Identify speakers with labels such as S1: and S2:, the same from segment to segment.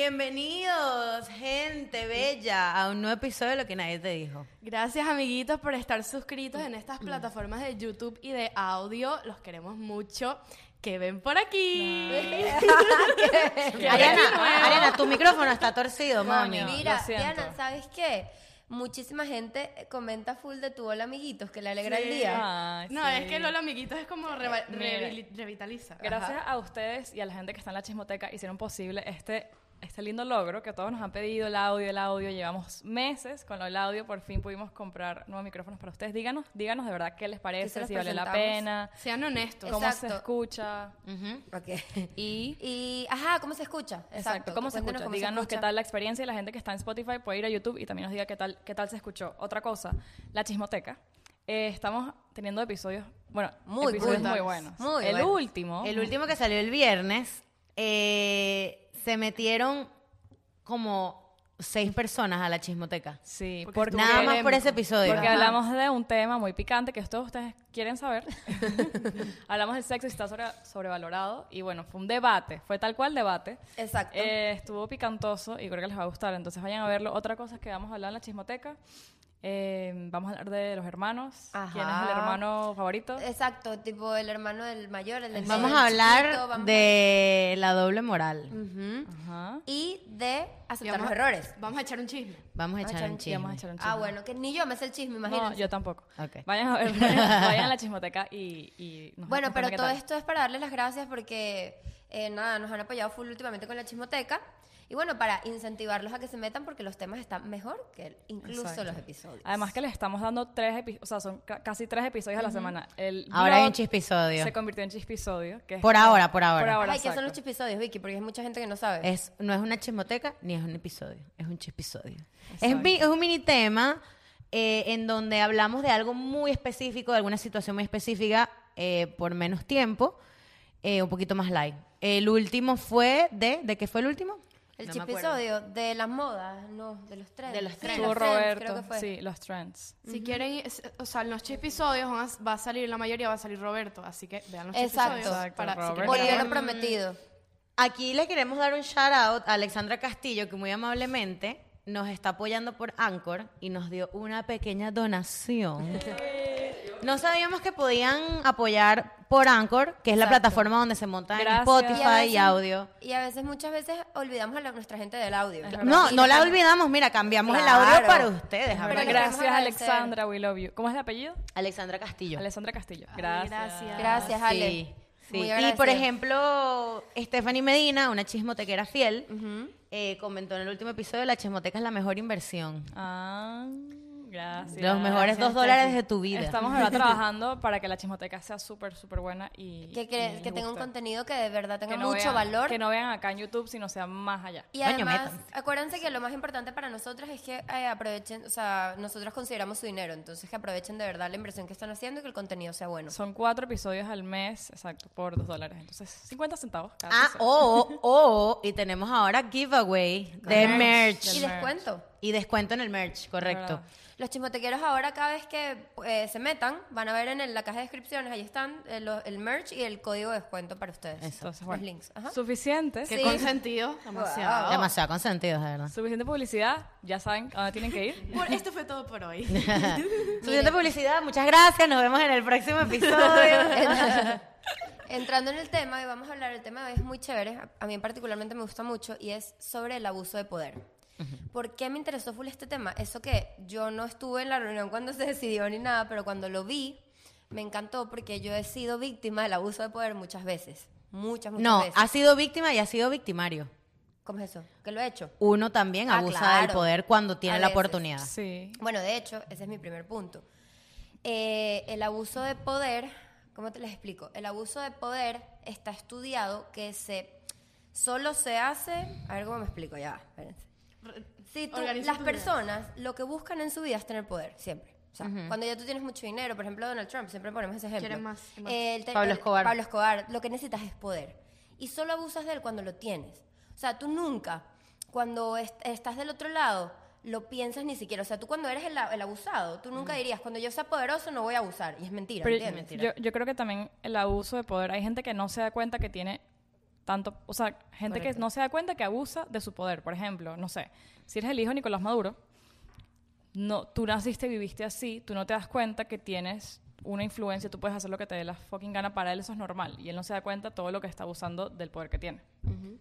S1: Bienvenidos, gente bella, a un nuevo episodio de Lo que nadie te dijo.
S2: Gracias, amiguitos, por estar suscritos en
S3: Mm.
S2: estas plataformas de YouTube y de audio. Los queremos mucho. Que ven por aquí.
S1: Ariana, Ariana, tu micrófono está torcido, mami.
S3: Coño.
S4: Mira,
S3: lo siento.
S4: Diana, ¿sabes qué? Muchísima gente comenta full de tu hola amiguitos, que le alegra el día.
S3: Ay,
S2: No,
S3: sí.
S2: es que Lolo Amiguitos es como reva-
S3: Mira.
S2: revili- revitaliza.
S3: Gracias a ustedes y a la gente que está en la chismoteca hicieron posible este, este lindo logro que todos nos han pedido, el audio, el audio. Llevamos meses con el audio, por fin pudimos comprar nuevos micrófonos para ustedes. Díganos, díganos de verdad qué les parece,
S4: los
S3: si vale la
S4: presentamos.
S3: pena,
S2: Sean honestos.
S3: cómo se
S4: Exacto.
S3: escucha.
S4: Ok.
S3: Y
S4: Y, ajá, ¿cómo se escucha?
S3: Exacto, ¿cómo
S4: Cuéntanos
S3: se escucha?
S4: cómo se
S3: Díganos qué
S4: escucha.
S3: tal la experiencia y la gente que está en Spotify puede ir a YouTube y también nos diga qué tal, qué tal se escuchó. Otra cosa, la chismoteca. Eh, estamos teniendo episodios, bueno,
S4: Muy
S3: episodios
S4: cool.
S3: muy buenos.
S4: Muy
S3: el
S4: bueno.
S3: último,
S1: El último que salió el viernes, eh, se metieron como seis personas a la chismoteca.
S3: sí,
S2: Porque
S3: porque,
S1: Nada más por ese episodio.
S3: porque
S1: Ajá.
S3: hablamos de un tema muy picante que todos ustedes quieren saber. hablamos del sexo y está sobre- sobrevalorado y bueno, fue un debate, fue tal cual debate.
S4: Exacto.
S3: Eh, estuvo picantoso y creo que les va a gustar, entonces vayan a verlo. Otra cosa es que vamos a hablar en la chismoteca. eh, vamos a hablar de los hermanos.
S4: Ajá.
S3: ¿Quién es el hermano favorito?
S4: Exacto, tipo el hermano del mayor, el del medio,
S1: Vamos
S4: el
S1: a
S4: chiquito,
S1: hablar
S4: vamos-
S1: de la doble moral.
S4: Ujú.
S3: Ajá.
S4: Y de
S2: Y
S4: aceptar
S2: vamos
S4: los
S2: a-
S4: errores.
S2: Vamos a echar un chisme.
S1: Vamos a echar un
S3: Y vamos a
S1: chisme.
S3: echar un chisme.
S4: Ah, bueno, que ni yo me sé el chisme,
S3: No,
S4: imagínense.
S3: yo tampoco.
S1: Ok.
S3: Vayan a ver, vayan a la chismoteca y, y nos
S4: Bueno,
S3: cuentan
S4: pero
S3: qué
S4: todo
S3: tal.
S4: esto es para darles las gracias porque, eh, nada, nos han apoyado full últimamente con la chismoteca. Y bueno, para incentivarlos a que se metan porque los temas están mejor que incluso
S3: Exacto.
S4: los episodios.
S3: Además que les estamos dando tres episodios, o sea, son ca- casi tres episodios a la semana. El
S1: Ahora hay
S3: blog
S1: un chispisodio.
S3: Se convirtió en chispisodio. Que es
S1: Por
S3: como-
S1: ahora, por ahora.
S3: Por ahora,
S4: Ay, ¿qué son los
S3: exacto.
S4: episodios, Vicky? Porque hay mucha gente que no sabe.
S1: Es, no es una chismoteca ni es un episodio, es un chispisodio. Es, mi- es un mini tema eh, en donde hablamos de algo muy específico, de alguna situación muy específica eh, por menos tiempo, eh, un poquito más light. El último fue de... ¿De qué fue el último?
S4: El
S1: No me
S4: chipisodio de las modas, no, de los trends.
S1: De los
S4: Sí,
S1: trends.
S3: Estuvo
S4: trends,
S3: Roberto,
S4: creo que fue.
S3: sí, los trends.
S2: Si quieren, ir- es- o sea, en los chipisodios van a- va a salir, la mayoría va a salir Roberto. Así que vean los
S4: Exacto.
S2: chipisodios.
S3: Exacto,
S2: si quieren-
S3: Roberto.
S4: Volvió lo prometido.
S1: Aquí le queremos dar un shout out a Alexandra Castillo, que muy amablemente nos está apoyando por Anchor y nos dio una pequeña donación. No sabíamos que podían apoyar por Anchor, que es la plataforma donde se monta en
S3: Gracias.
S4: a
S1: Spotify y
S4: veces-
S1: audio.
S4: Y a veces, muchas veces, olvidamos a la- nuestra gente del audio.
S1: No,
S4: Y
S1: no la
S4: nos-
S1: olvidamos. Mira, cambiamos el
S4: Claro.
S1: audio para ustedes. a
S4: Pero
S1: ver.
S4: les queremos
S3: Gracias,
S4: agradecer.
S3: Alexandra, we love you. ¿Cómo es el apellido?
S1: Alexandra Castillo.
S3: Alessandra Castillo.
S2: Ay,
S3: Gracias.
S2: gracias.
S4: Gracias, Ale.
S1: Sí, sí.
S4: Muy
S1: Y por
S4: agradecida.
S1: ejemplo, Stephanie Medina, una chismotequera fiel, eh, comentó en el último episodio, la chismoteca es la mejor inversión.
S3: Ah, gracias.
S1: Los mejores dos dólares de tu vida.
S3: Estamos ahora trabajando para que la chismoteca sea súper, súper buena y
S4: Que,
S3: y
S4: que,
S3: les
S4: que tenga un
S3: guste.
S4: contenido que de verdad tenga
S3: Que no
S4: mucho
S3: vean-
S4: valor.
S3: Que no vean acá en YouTube, sino sea más allá.
S4: Y
S1: Coño,
S4: además,
S1: métanse.
S4: acuérdense que lo más importante para nosotros es que eh, aprovechen, o sea, nosotros consideramos su dinero, entonces que aprovechen de verdad la inversión que están haciendo y que el contenido sea bueno.
S3: Son cuatro episodios al mes, exacto, por dos dólares. Entonces, 50 centavos cada
S1: Ah,
S3: episodio.
S4: oh.
S1: o, o, oh. y tenemos ahora giveaway de merch.
S4: y
S3: Correcto. del merch.
S4: descuento.
S1: Y descuento en el merch, correcto.
S3: verdad.
S4: Los chismotequeros ahora cada vez que eh, se metan, van a ver en el- la caja de descripciones, ahí están eh, lo- el merch y el código de descuento para ustedes.
S3: Entonces,
S4: Los
S3: bueno,
S4: links. Ajá.
S3: Suficiente.
S2: Qué
S4: Sí.
S2: consentido. Demasiado.
S4: Wow.
S1: Demasiado consentido, de verdad.
S3: Suficiente publicidad. Ya saben a dónde tienen que ir.
S2: Por- esto fue todo por hoy.
S1: Suficiente publicidad, muchas gracias. Nos vemos en el próximo episodio.
S4: Entrando en el tema, hoy vamos a hablar, el tema de hoy es muy chévere, a- a mí particularmente me gusta mucho, y es sobre el abuso de poder. ¿Por qué me interesó full este tema? Eso que yo no estuve en la reunión cuando se decidió ni nada, pero cuando lo vi, me encantó porque yo he sido víctima del abuso de poder muchas veces. Muchas, muchas
S1: no,
S4: veces.
S1: ha sido víctima y ha sido victimario.
S4: ¿Cómo es eso? ¿Qué lo he hecho?
S1: Uno también
S4: Ah,
S1: abusa del
S4: claro.
S1: poder cuando tiene
S4: A
S1: la
S4: veces.
S1: oportunidad.
S3: Sí.
S4: Bueno, de hecho, ese es mi primer punto. Eh, el abuso de poder, ¿cómo te les explico? El abuso de poder está estudiado que se solo se hace, a ver cómo me explico ya, va, espérense. Si tú-
S2: Organiza
S4: las
S2: tus ideas.
S4: personas lo que buscan en su vida es tener poder, siempre. O sea, cuando ya tú tienes mucho dinero, por ejemplo, Donald Trump, siempre ponemos ese ejemplo. Eh,
S2: Quieren más y más.
S4: El te-
S1: Pablo
S4: el-
S1: Escobar.
S4: Pablo Escobar, lo que necesitas es poder. Y solo abusas de él cuando lo tienes. O sea, tú nunca, cuando est- estás del otro lado, lo piensas ni siquiera. O sea, tú cuando eres el, a- el abusado, tú nunca dirías, cuando yo sea poderoso no voy a abusar. Y es mentira,
S3: Pero
S4: ¿entiendes?
S3: yo, yo creo que también el abuso de poder, hay gente que no se da cuenta que tiene tanto, o sea, gente que no se da cuenta que abusa de su poder, por ejemplo, no sé, si eres el hijo de Nicolás Maduro, no, tú naciste y viviste así, tú no te das cuenta que tienes una influencia, tú puedes hacer lo que te dé la fucking gana, para él eso es normal, y él no se da cuenta todo lo que está abusando del poder que tiene.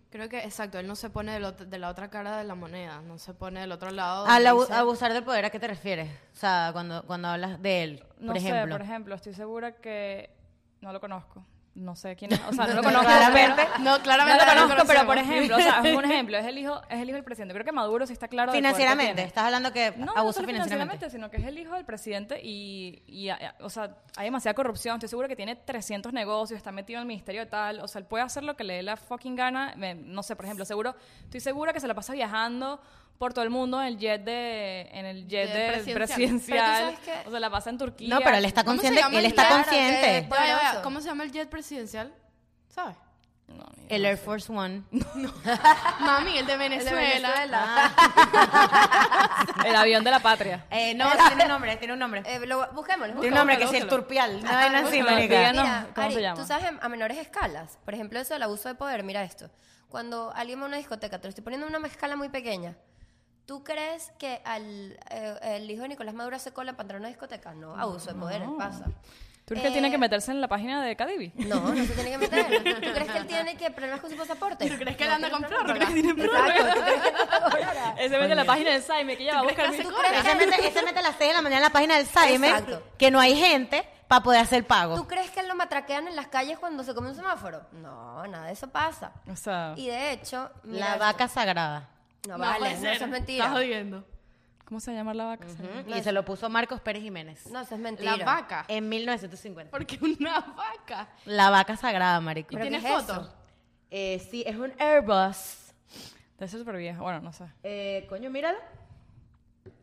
S2: Creo que, exacto, él no se pone del ot- de la otra cara de la moneda, no se pone del otro lado.
S4: Ah,
S1: Al
S2: donde
S1: abu-
S2: dice-
S1: abusar del poder, ¿a qué te refieres? O sea, cuando, cuando hablas de él,
S3: No
S1: por
S3: sé,
S1: ejemplo.
S3: por ejemplo, estoy segura que no lo conozco. No sé quién es, o sea, no lo conozco,
S1: Claramente.
S3: pero-
S2: No,
S3: No
S2: claramente
S3: lo conozco,
S2: conocemos.
S3: pero por ejemplo, o sea, es un ejemplo, es el hijo, es el hijo del presidente. Creo que Maduro sí está claro. del poder que
S1: Financieramente,
S3: tiene.
S1: estás hablando que
S3: No, no
S1: abusa
S3: solo
S1: financieramente.
S3: financieramente, sino que es el hijo del presidente y, y, a- a- o sea, hay demasiada corrupción. Estoy seguro que tiene 300 negocios, está metido en el ministerio de tal. O sea, él puede hacer lo que le dé la fucking gana. Me- no sé, por ejemplo, seguro, estoy segura que se la pasa viajando por todo el mundo en el jet de, en el
S2: Jet
S3: jet de presidencial.
S2: presidencial. Pero tú sabes que-
S3: O sea, la pasa en Turquía.
S1: No, pero él está
S2: ¿Cómo se
S1: consciente,
S2: llama
S1: él
S2: el
S1: está
S2: lugar?
S1: consciente.
S4: Que-
S2: Ya, ya, ya,
S4: Poderoso.
S2: ¿Cómo se llama el jet presidencial? ¿Sabes?
S3: No, ni-
S1: El Air Force One.
S2: Mami, el de
S4: El de
S2: Venezuela. Ah,
S4: Venezuela.
S3: El avión de la patria.
S1: Eh, no, sí tiene un nombre, tiene un nombre.
S4: Eh, lo- busquémoslo.
S1: Tiene un nombre que es el
S3: búscalo.
S1: Turpial. Ah, No, vaina así,
S3: búscalo,
S1: marica.
S3: díganos.
S4: Mira,
S3: ¿cómo
S4: Ari,
S3: se llama?
S4: tú sabes em- a menores escalas. Por ejemplo, eso del abuso de poder. Mira esto. Cuando alguien va a una discoteca, te lo estoy poniendo en una escala muy pequeña. ¿Tú crees que al eh, el hijo de Nicolás Maduro se cola para entrar a una discoteca? No, abuso de poder, pasa.
S3: ¿Tú crees que él tiene que meterse en la página de Cadivi?
S4: No, no se tiene que meter. ¿Tú crees que él tiene que problemas con su pasaporte?
S2: ¿Tú crees que él anda con prórroga?
S4: Exacto, ¿tú crees que anda con prórroga?
S3: Ese vende la página de Saime que ella va a buscar
S4: ¿Tú
S3: mil-
S4: crees que-
S1: Ese mete, ese mete a las 6 de la mañana en la página del Saime
S4: Exacto.
S1: que no hay gente para poder hacer pago.
S4: ¿Tú crees que lo matraquean en las calles cuando se come un semáforo? No, nada de eso pasa.
S3: O sea,
S4: Y de hecho, mira
S1: La
S4: esto.
S1: vaca sagrada.
S4: No, vale, no, eso es mentira.
S2: Estás jodiendo.
S3: ¿cómo se llama la vaca? Saime?
S1: Y se lo puso Marcos Pérez Jiménez
S4: No, eso es mentira.
S2: La vaca.
S1: en 1950.
S2: Porque una vaca.
S1: La vaca sagrada, marico.
S4: ¿Pero
S2: ¿Tiene
S4: qué es
S2: foto?
S4: eso?
S1: Eh, sí, es un Airbus.
S3: Debe ser súper vieja. Bueno, no sé.
S1: Eh, coño, míralo.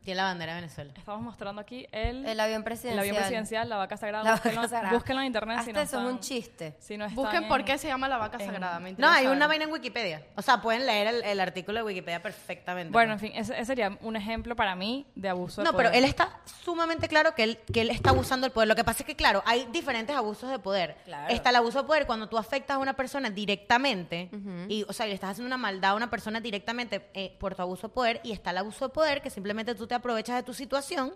S1: Tiene la bandera de Venezuela.
S3: Estamos mostrando aquí el,
S4: El avión
S3: el
S4: presidencial.
S3: avión presidencial, la vaca sagrada.
S4: La vaca
S3: búsquenlo,
S4: sagrada.
S3: búsquenlo en internet si
S4: Hasta
S3: no
S4: eso es
S3: están-
S4: un chiste.
S3: Si no están
S2: Busquen
S3: en-
S2: por qué se llama la vaca sagrada. me
S1: No,
S2: interesa
S1: hay una
S2: saber.
S1: vaina en Wikipedia. O sea, pueden leer el, el artículo de Wikipedia perfectamente.
S3: Bueno, en fin, ese, ese sería un ejemplo para mí de abuso de
S1: No, pero
S3: poder.
S1: él está sumamente claro que él, que él está abusando del poder. Lo que pasa es que, claro, hay diferentes abusos de poder.
S4: Claro.
S1: Está el abuso de poder cuando tú afectas a una persona directamente, y, o sea, le estás haciendo una maldad a una persona directamente eh, por tu abuso de poder, y está el abuso de poder que simplemente tú te aprovechas de tu situación.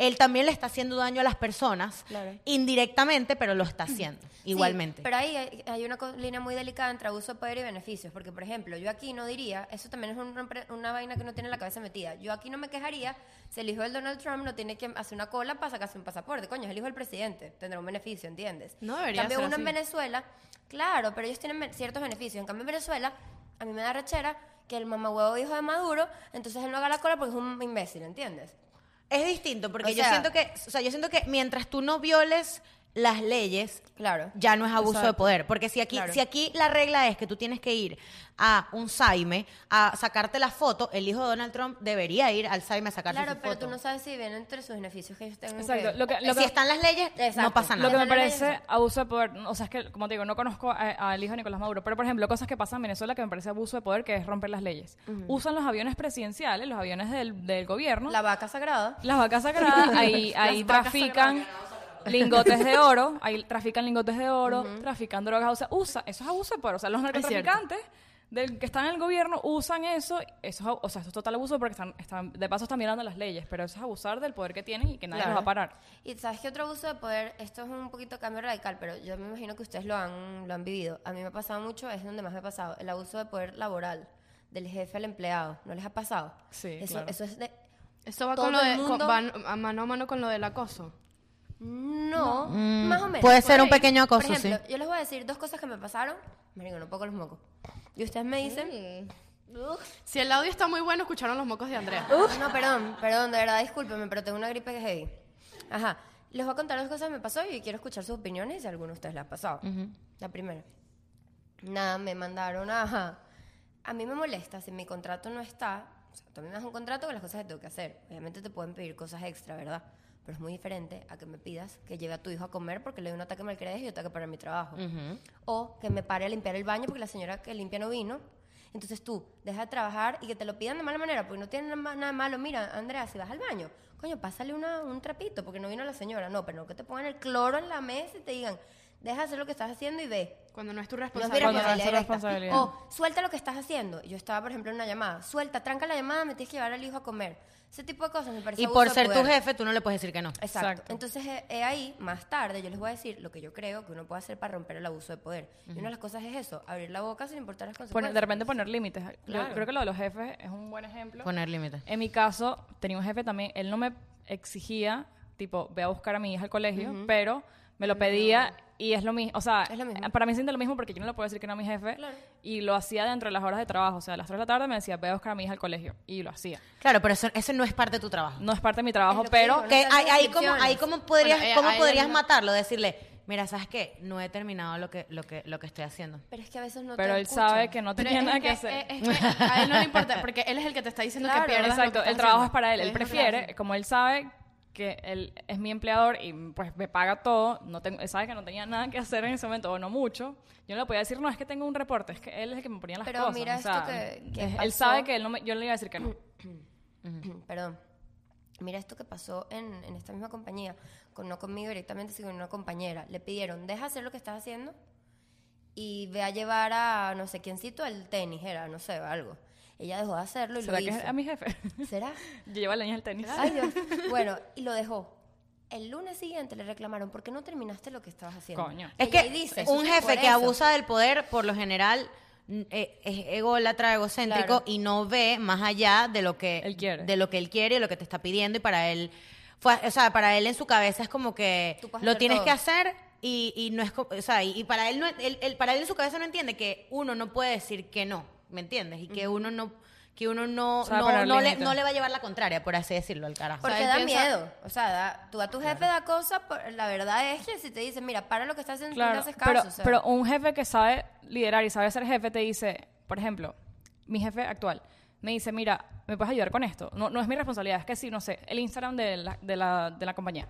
S1: Él también le está haciendo daño a las personas indirectamente, pero lo está haciendo igualmente.
S4: Sí, pero ahí hay, hay una co- línea muy delicada entre abuso de poder y beneficios. Porque, por ejemplo, yo aquí no diría, eso también es un- una, vaina que uno tiene en la cabeza metida. Yo aquí no me quejaría si el hijo del Donald Trump no tiene que hacer una cola para sacarse un pasaporte. Coño, es el hijo del presidente. Tendrá un beneficio, ¿entiendes?
S2: No debería
S4: En cambio,
S2: ser
S4: uno en
S2: así.
S4: Venezuela, claro, pero ellos tienen ben- ciertos beneficios. En cambio, en Venezuela, a mí me da rechera que el mamahuevo hijo de Maduro, entonces él no haga la cola porque es un imbécil, ¿entiendes?
S1: Es distinto, porque
S4: O
S1: yo
S4: sea-
S1: siento que, o sea, yo siento que mientras tú no violes las leyes,
S4: Claro.
S1: ya no es abuso de poder. Porque si aquí,
S4: Claro.
S1: si aquí la regla es que tú tienes que ir a un Saime a sacarte la foto, el hijo de Donald Trump debería ir al Saime a sacarse
S4: Claro,
S1: su
S4: pero
S1: foto.
S4: tú no sabes si vienen entre sus beneficios que ellos tengan.
S3: Exacto. Lo que, lo
S1: si
S3: que-
S1: están las leyes, no
S4: Exacto.
S1: pasa nada.
S3: Lo que
S4: Esa
S3: me
S4: es la ley,
S3: parece
S4: exacto.
S3: abuso de poder, o sea, es que, como te digo, no conozco a- al hijo de Nicolás Maduro, pero por ejemplo, cosas que pasan en Venezuela que me parece abuso de poder, que es romper las leyes. Usan los aviones presidenciales, los aviones del, del gobierno,
S4: La vaca sagrada.
S3: las vacas sagradas, ahí, ahí trafican lingotes de oro, ahí trafican lingotes de oro, trafican drogas, o sea, usa, eso es abuso de poder, o sea, los narcotraficantes del que están en el gobierno usan eso, eso es, ab- o sea, eso es total abuso porque están, están- de paso están mirando las leyes, pero eso es abusar del poder que tienen y que nadie los va a parar.
S4: Y sabes que otro abuso de poder, esto es un poquito cambio radical, pero yo me imagino que ustedes lo han, lo han vivido. A mí me ha pasado mucho, es donde más me ha pasado, el abuso de poder laboral del jefe al empleado. ¿No les ha pasado?
S3: Sí,
S4: Eso,
S3: claro.
S4: eso es de...
S2: Eso va,
S4: Todo
S2: con lo
S4: el
S2: de, con-
S4: mundo-
S2: van a mano a mano con lo del acoso.
S4: No, más o menos.
S1: Mm, Puede ser
S4: Por
S1: un pequeño acoso,
S4: Por ejemplo,
S1: sí.
S4: yo les voy a decir dos cosas que me pasaron. Marico, no poco los mocos. Y ustedes me dicen... Ugh.
S2: Si el audio está muy bueno, escucharon los mocos de Andrea.
S4: No, perdón, perdón, de verdad, discúlpeme, pero tengo una gripe que es heavy. Ajá. Les voy a contar dos cosas que me pasó y quiero escuchar sus opiniones y si a alguno de ustedes la ha pasado. La primera. Nada, me mandaron a... A mí me molesta si mi contrato no está... O sea, tú a mí me das un contrato con las cosas que tengo que hacer. Obviamente te pueden pedir cosas extra, ¿verdad? Pero es muy diferente a que me pidas que lleve a tu hijo a comer porque le doy un ataque malcriado y yo tengo que parar mi trabajo. O que me pare a limpiar el baño porque la señora que limpia no vino. Entonces tú, deja de trabajar y que te lo pidan de mala manera, porque no tiene nada ma- nada malo. Mira, Andrea, si vas al baño, coño, pásale una- un trapito, porque no vino la señora. No, pero no que te pongan el cloro en la mesa y te digan, Deja de hacer lo que estás haciendo y ve.
S2: Cuando no es tu
S4: No es
S2: responsabilidad.
S4: mi
S3: Cuando no es Oh, tu
S4: responsabilidad directa.
S3: responsabilidad.
S4: O suelta lo que estás haciendo. Yo estaba, por ejemplo, en una llamada. Suelta, tranca la llamada, me tienes que llevar al hijo a comer. Ese tipo de cosas me parece
S1: Y
S4: abuso
S1: por
S4: de
S1: ser tu
S4: poder.
S1: jefe, tú no le puedes decir que no.
S4: Exacto.
S3: Exacto.
S4: Entonces, he, he ahí, más tarde, yo les voy a decir lo que yo creo que uno puede hacer para romper el abuso de poder. Y una de las cosas es eso, abrir la boca sin importar las
S3: Poner-
S4: consecuencias.
S3: de repente poner límites. Yo
S1: Claro.
S3: creo que lo de los jefes es un buen ejemplo.
S1: Poner límites.
S3: En mi caso, tenía un jefe también, él no me exigía, tipo, ve a buscar a mi hija al colegio, pero me lo pedía y es lo mismo, o sea,
S4: Es lo mismo.
S3: eh, para mí siente lo mismo porque yo no le puedo decir que no a mi jefe y lo hacía dentro de las horas de trabajo, o sea, a las 3 de la tarde me decía, ve a buscar a mi hija al colegio y lo hacía.
S1: Claro, pero eso, eso no es parte de tu trabajo.
S3: No es parte de mi trabajo,
S4: lo que
S3: pero...
S4: digo,
S1: Que
S4: no
S1: ahí,
S4: están
S1: ahí
S4: las
S1: como, ahí
S4: excepciones.
S1: como podrías,
S2: Bueno, eh,
S1: ¿cómo
S2: ahí
S1: podrías
S2: no-
S1: matarlo? Decirle, mira, ¿sabes qué? No he terminado lo que, lo que, lo que estoy haciendo.
S4: Pero es que a veces no
S3: Pero
S4: te
S3: él
S4: escuchan.
S3: sabe que no
S2: Pero
S3: tenía
S2: es
S3: nada que
S2: que-
S3: hacer.
S2: es- es que a él no le importa, porque él es el que te está diciendo
S4: Claro,
S2: que pierdas. lo que
S3: Exacto,
S2: estás
S3: el trabajo
S2: haciendo.
S3: es para él. Él
S2: Es lo que
S3: prefiere,
S2: hace.
S3: como él sabe que él es mi empleador y pues me paga todo, no tengo, él sabe que no tenía nada que hacer en ese momento, o no mucho, yo no le podía decir, no, es que tengo un reporte, es que él es el que me ponía las
S4: Pero
S3: cosas.
S4: mira
S3: o
S4: esto
S3: sea,
S4: que- que
S3: es- Él
S4: pasó.
S3: sabe que él no me- yo no le iba a decir que no.
S4: Perdón. Mira esto que pasó en, en esta misma compañía, con, no conmigo directamente, sino con una compañera. Le pidieron, deja hacer lo que estás haciendo y ve a llevar a no sé quiéncito al tenis, era, no sé, algo. Ella dejó de hacerlo y
S3: ¿Será
S4: lo
S3: que es
S4: hizo.
S3: a mi jefe?
S4: ¿Será?
S3: yo llevo a la niña al tenis.
S4: Ay, Dios. Bueno, y lo dejó. El lunes siguiente le reclamaron, ¿por qué no terminaste lo que estabas haciendo?
S3: Coño.
S1: Es
S4: Ella
S1: que
S4: ahí dice,
S1: un
S4: "Sí,
S1: jefe
S4: por
S1: que
S4: eso".
S1: abusa del poder, por lo general, n- eh, es ególatra, egocéntrico
S4: Claro.
S1: y no ve más allá de lo que
S3: Él quiere.
S1: de lo que él quiere y lo que te está pidiendo y para él fue, o sea, para él en su cabeza es como que
S4: Tú puedes
S1: lo
S4: hacer
S1: tienes
S4: todo.
S1: que hacer y, y no es, co- o sea, y, y para él no él- él- para él en su cabeza no entiende que uno no puede decir que no, ¿me entiendes? Y que uno no que uno no
S3: Sabe
S1: no,
S3: poner
S1: no le,
S3: límites.
S1: no le va a llevar la contraria, por así decirlo, al carajo.
S4: Porque
S2: O sea, él
S4: da
S2: piensa-
S4: miedo. O sea, da- tú a tu jefe da cosa, por- la verdad es que si te dicen, mira, para lo que estás haciendo, tú no
S3: Claro,
S4: haces caso.
S3: pero,
S4: o sea.
S3: pero un jefe que sabe liderar y sabe ser jefe te dice, por ejemplo, mi jefe actual me dice, mira, ¿me puedes ayudar con esto? No, no es mi responsabilidad, es que sí, no sé, el Instagram de la, de la, de la compañía.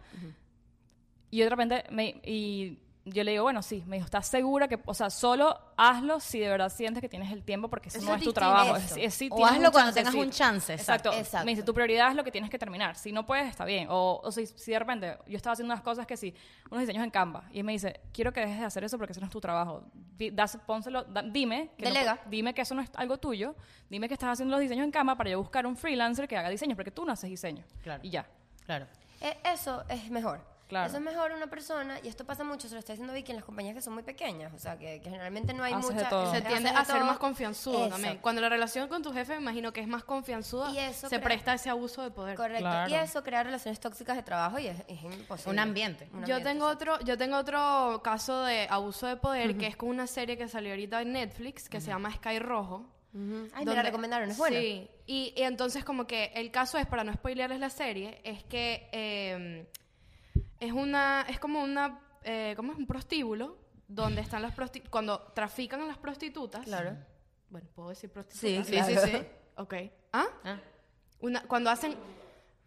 S3: Y yo de repente, me, y yo le digo, bueno, sí, me dijo, ¿estás segura que, o sea, solo hazlo si de verdad sientes que tienes el tiempo porque eso
S4: Eso
S3: no
S4: es
S3: es tu
S4: distinto.
S3: trabajo?
S4: Eso.
S3: Es- es si
S1: O
S3: tienes
S1: hazlo cuando
S3: chance,
S1: tengas
S3: sí.
S1: un chance, exacto.
S3: Exacto.
S4: Exacto.
S3: Me dice, tu prioridad es lo que tienes que terminar. Si no puedes, está bien. O, o si, si de repente yo estaba haciendo unas cosas que sí, unos diseños en Canva, y él me dice, quiero que dejes de hacer eso porque eso no es tu trabajo. Di- das- pónselo, da- dime, que no-
S4: Delega.
S3: dime que eso no es algo tuyo. Dime que estás haciendo los diseños en Canva para yo buscar un freelancer que haga diseños, porque tú no haces diseño.
S1: Claro.
S3: Y ya.
S1: Claro.
S4: Eh, Eso es mejor.
S3: Claro.
S4: Eso es mejor una persona, y esto pasa mucho, se lo está diciendo Vicky, en las compañías que son muy pequeñas, o sea, que, que generalmente no hay
S3: Haces de
S4: mucha...
S3: todo.
S2: Se
S4: haces
S2: tiende
S4: de
S2: a ser
S4: todo.
S2: más confianzudo
S4: Eso,
S2: también. Cuando la relación con tu jefe, me imagino que es más confianzuda,
S4: Y eso
S2: se
S4: creo-
S2: presta ese abuso de poder.
S4: Correcto.
S3: Claro.
S4: Y eso crea relaciones tóxicas de trabajo y es, es imposible.
S1: Un ambiente.
S4: Un
S2: Yo
S4: ambiente,
S2: tengo otro, yo tengo otro caso de abuso de poder que es con una serie que salió ahorita en Netflix que se llama Sky Rojo.
S4: Ujú. Ay, me la
S2: donde-
S4: recomendaron, es buena.
S2: Sí, y, y entonces como que el caso es, para no spoilearles la serie, es que eh, es una, es como una, eh, ¿cómo es? Un prostíbulo donde están las prosti cuando trafican a las prostitutas.
S4: Claro.
S2: Bueno, ¿puedo decir prostitutas?
S1: Sí,
S4: sí, sí,
S2: sí. Ok. ¿Ah?
S1: Ah.
S2: Una, cuando hacen...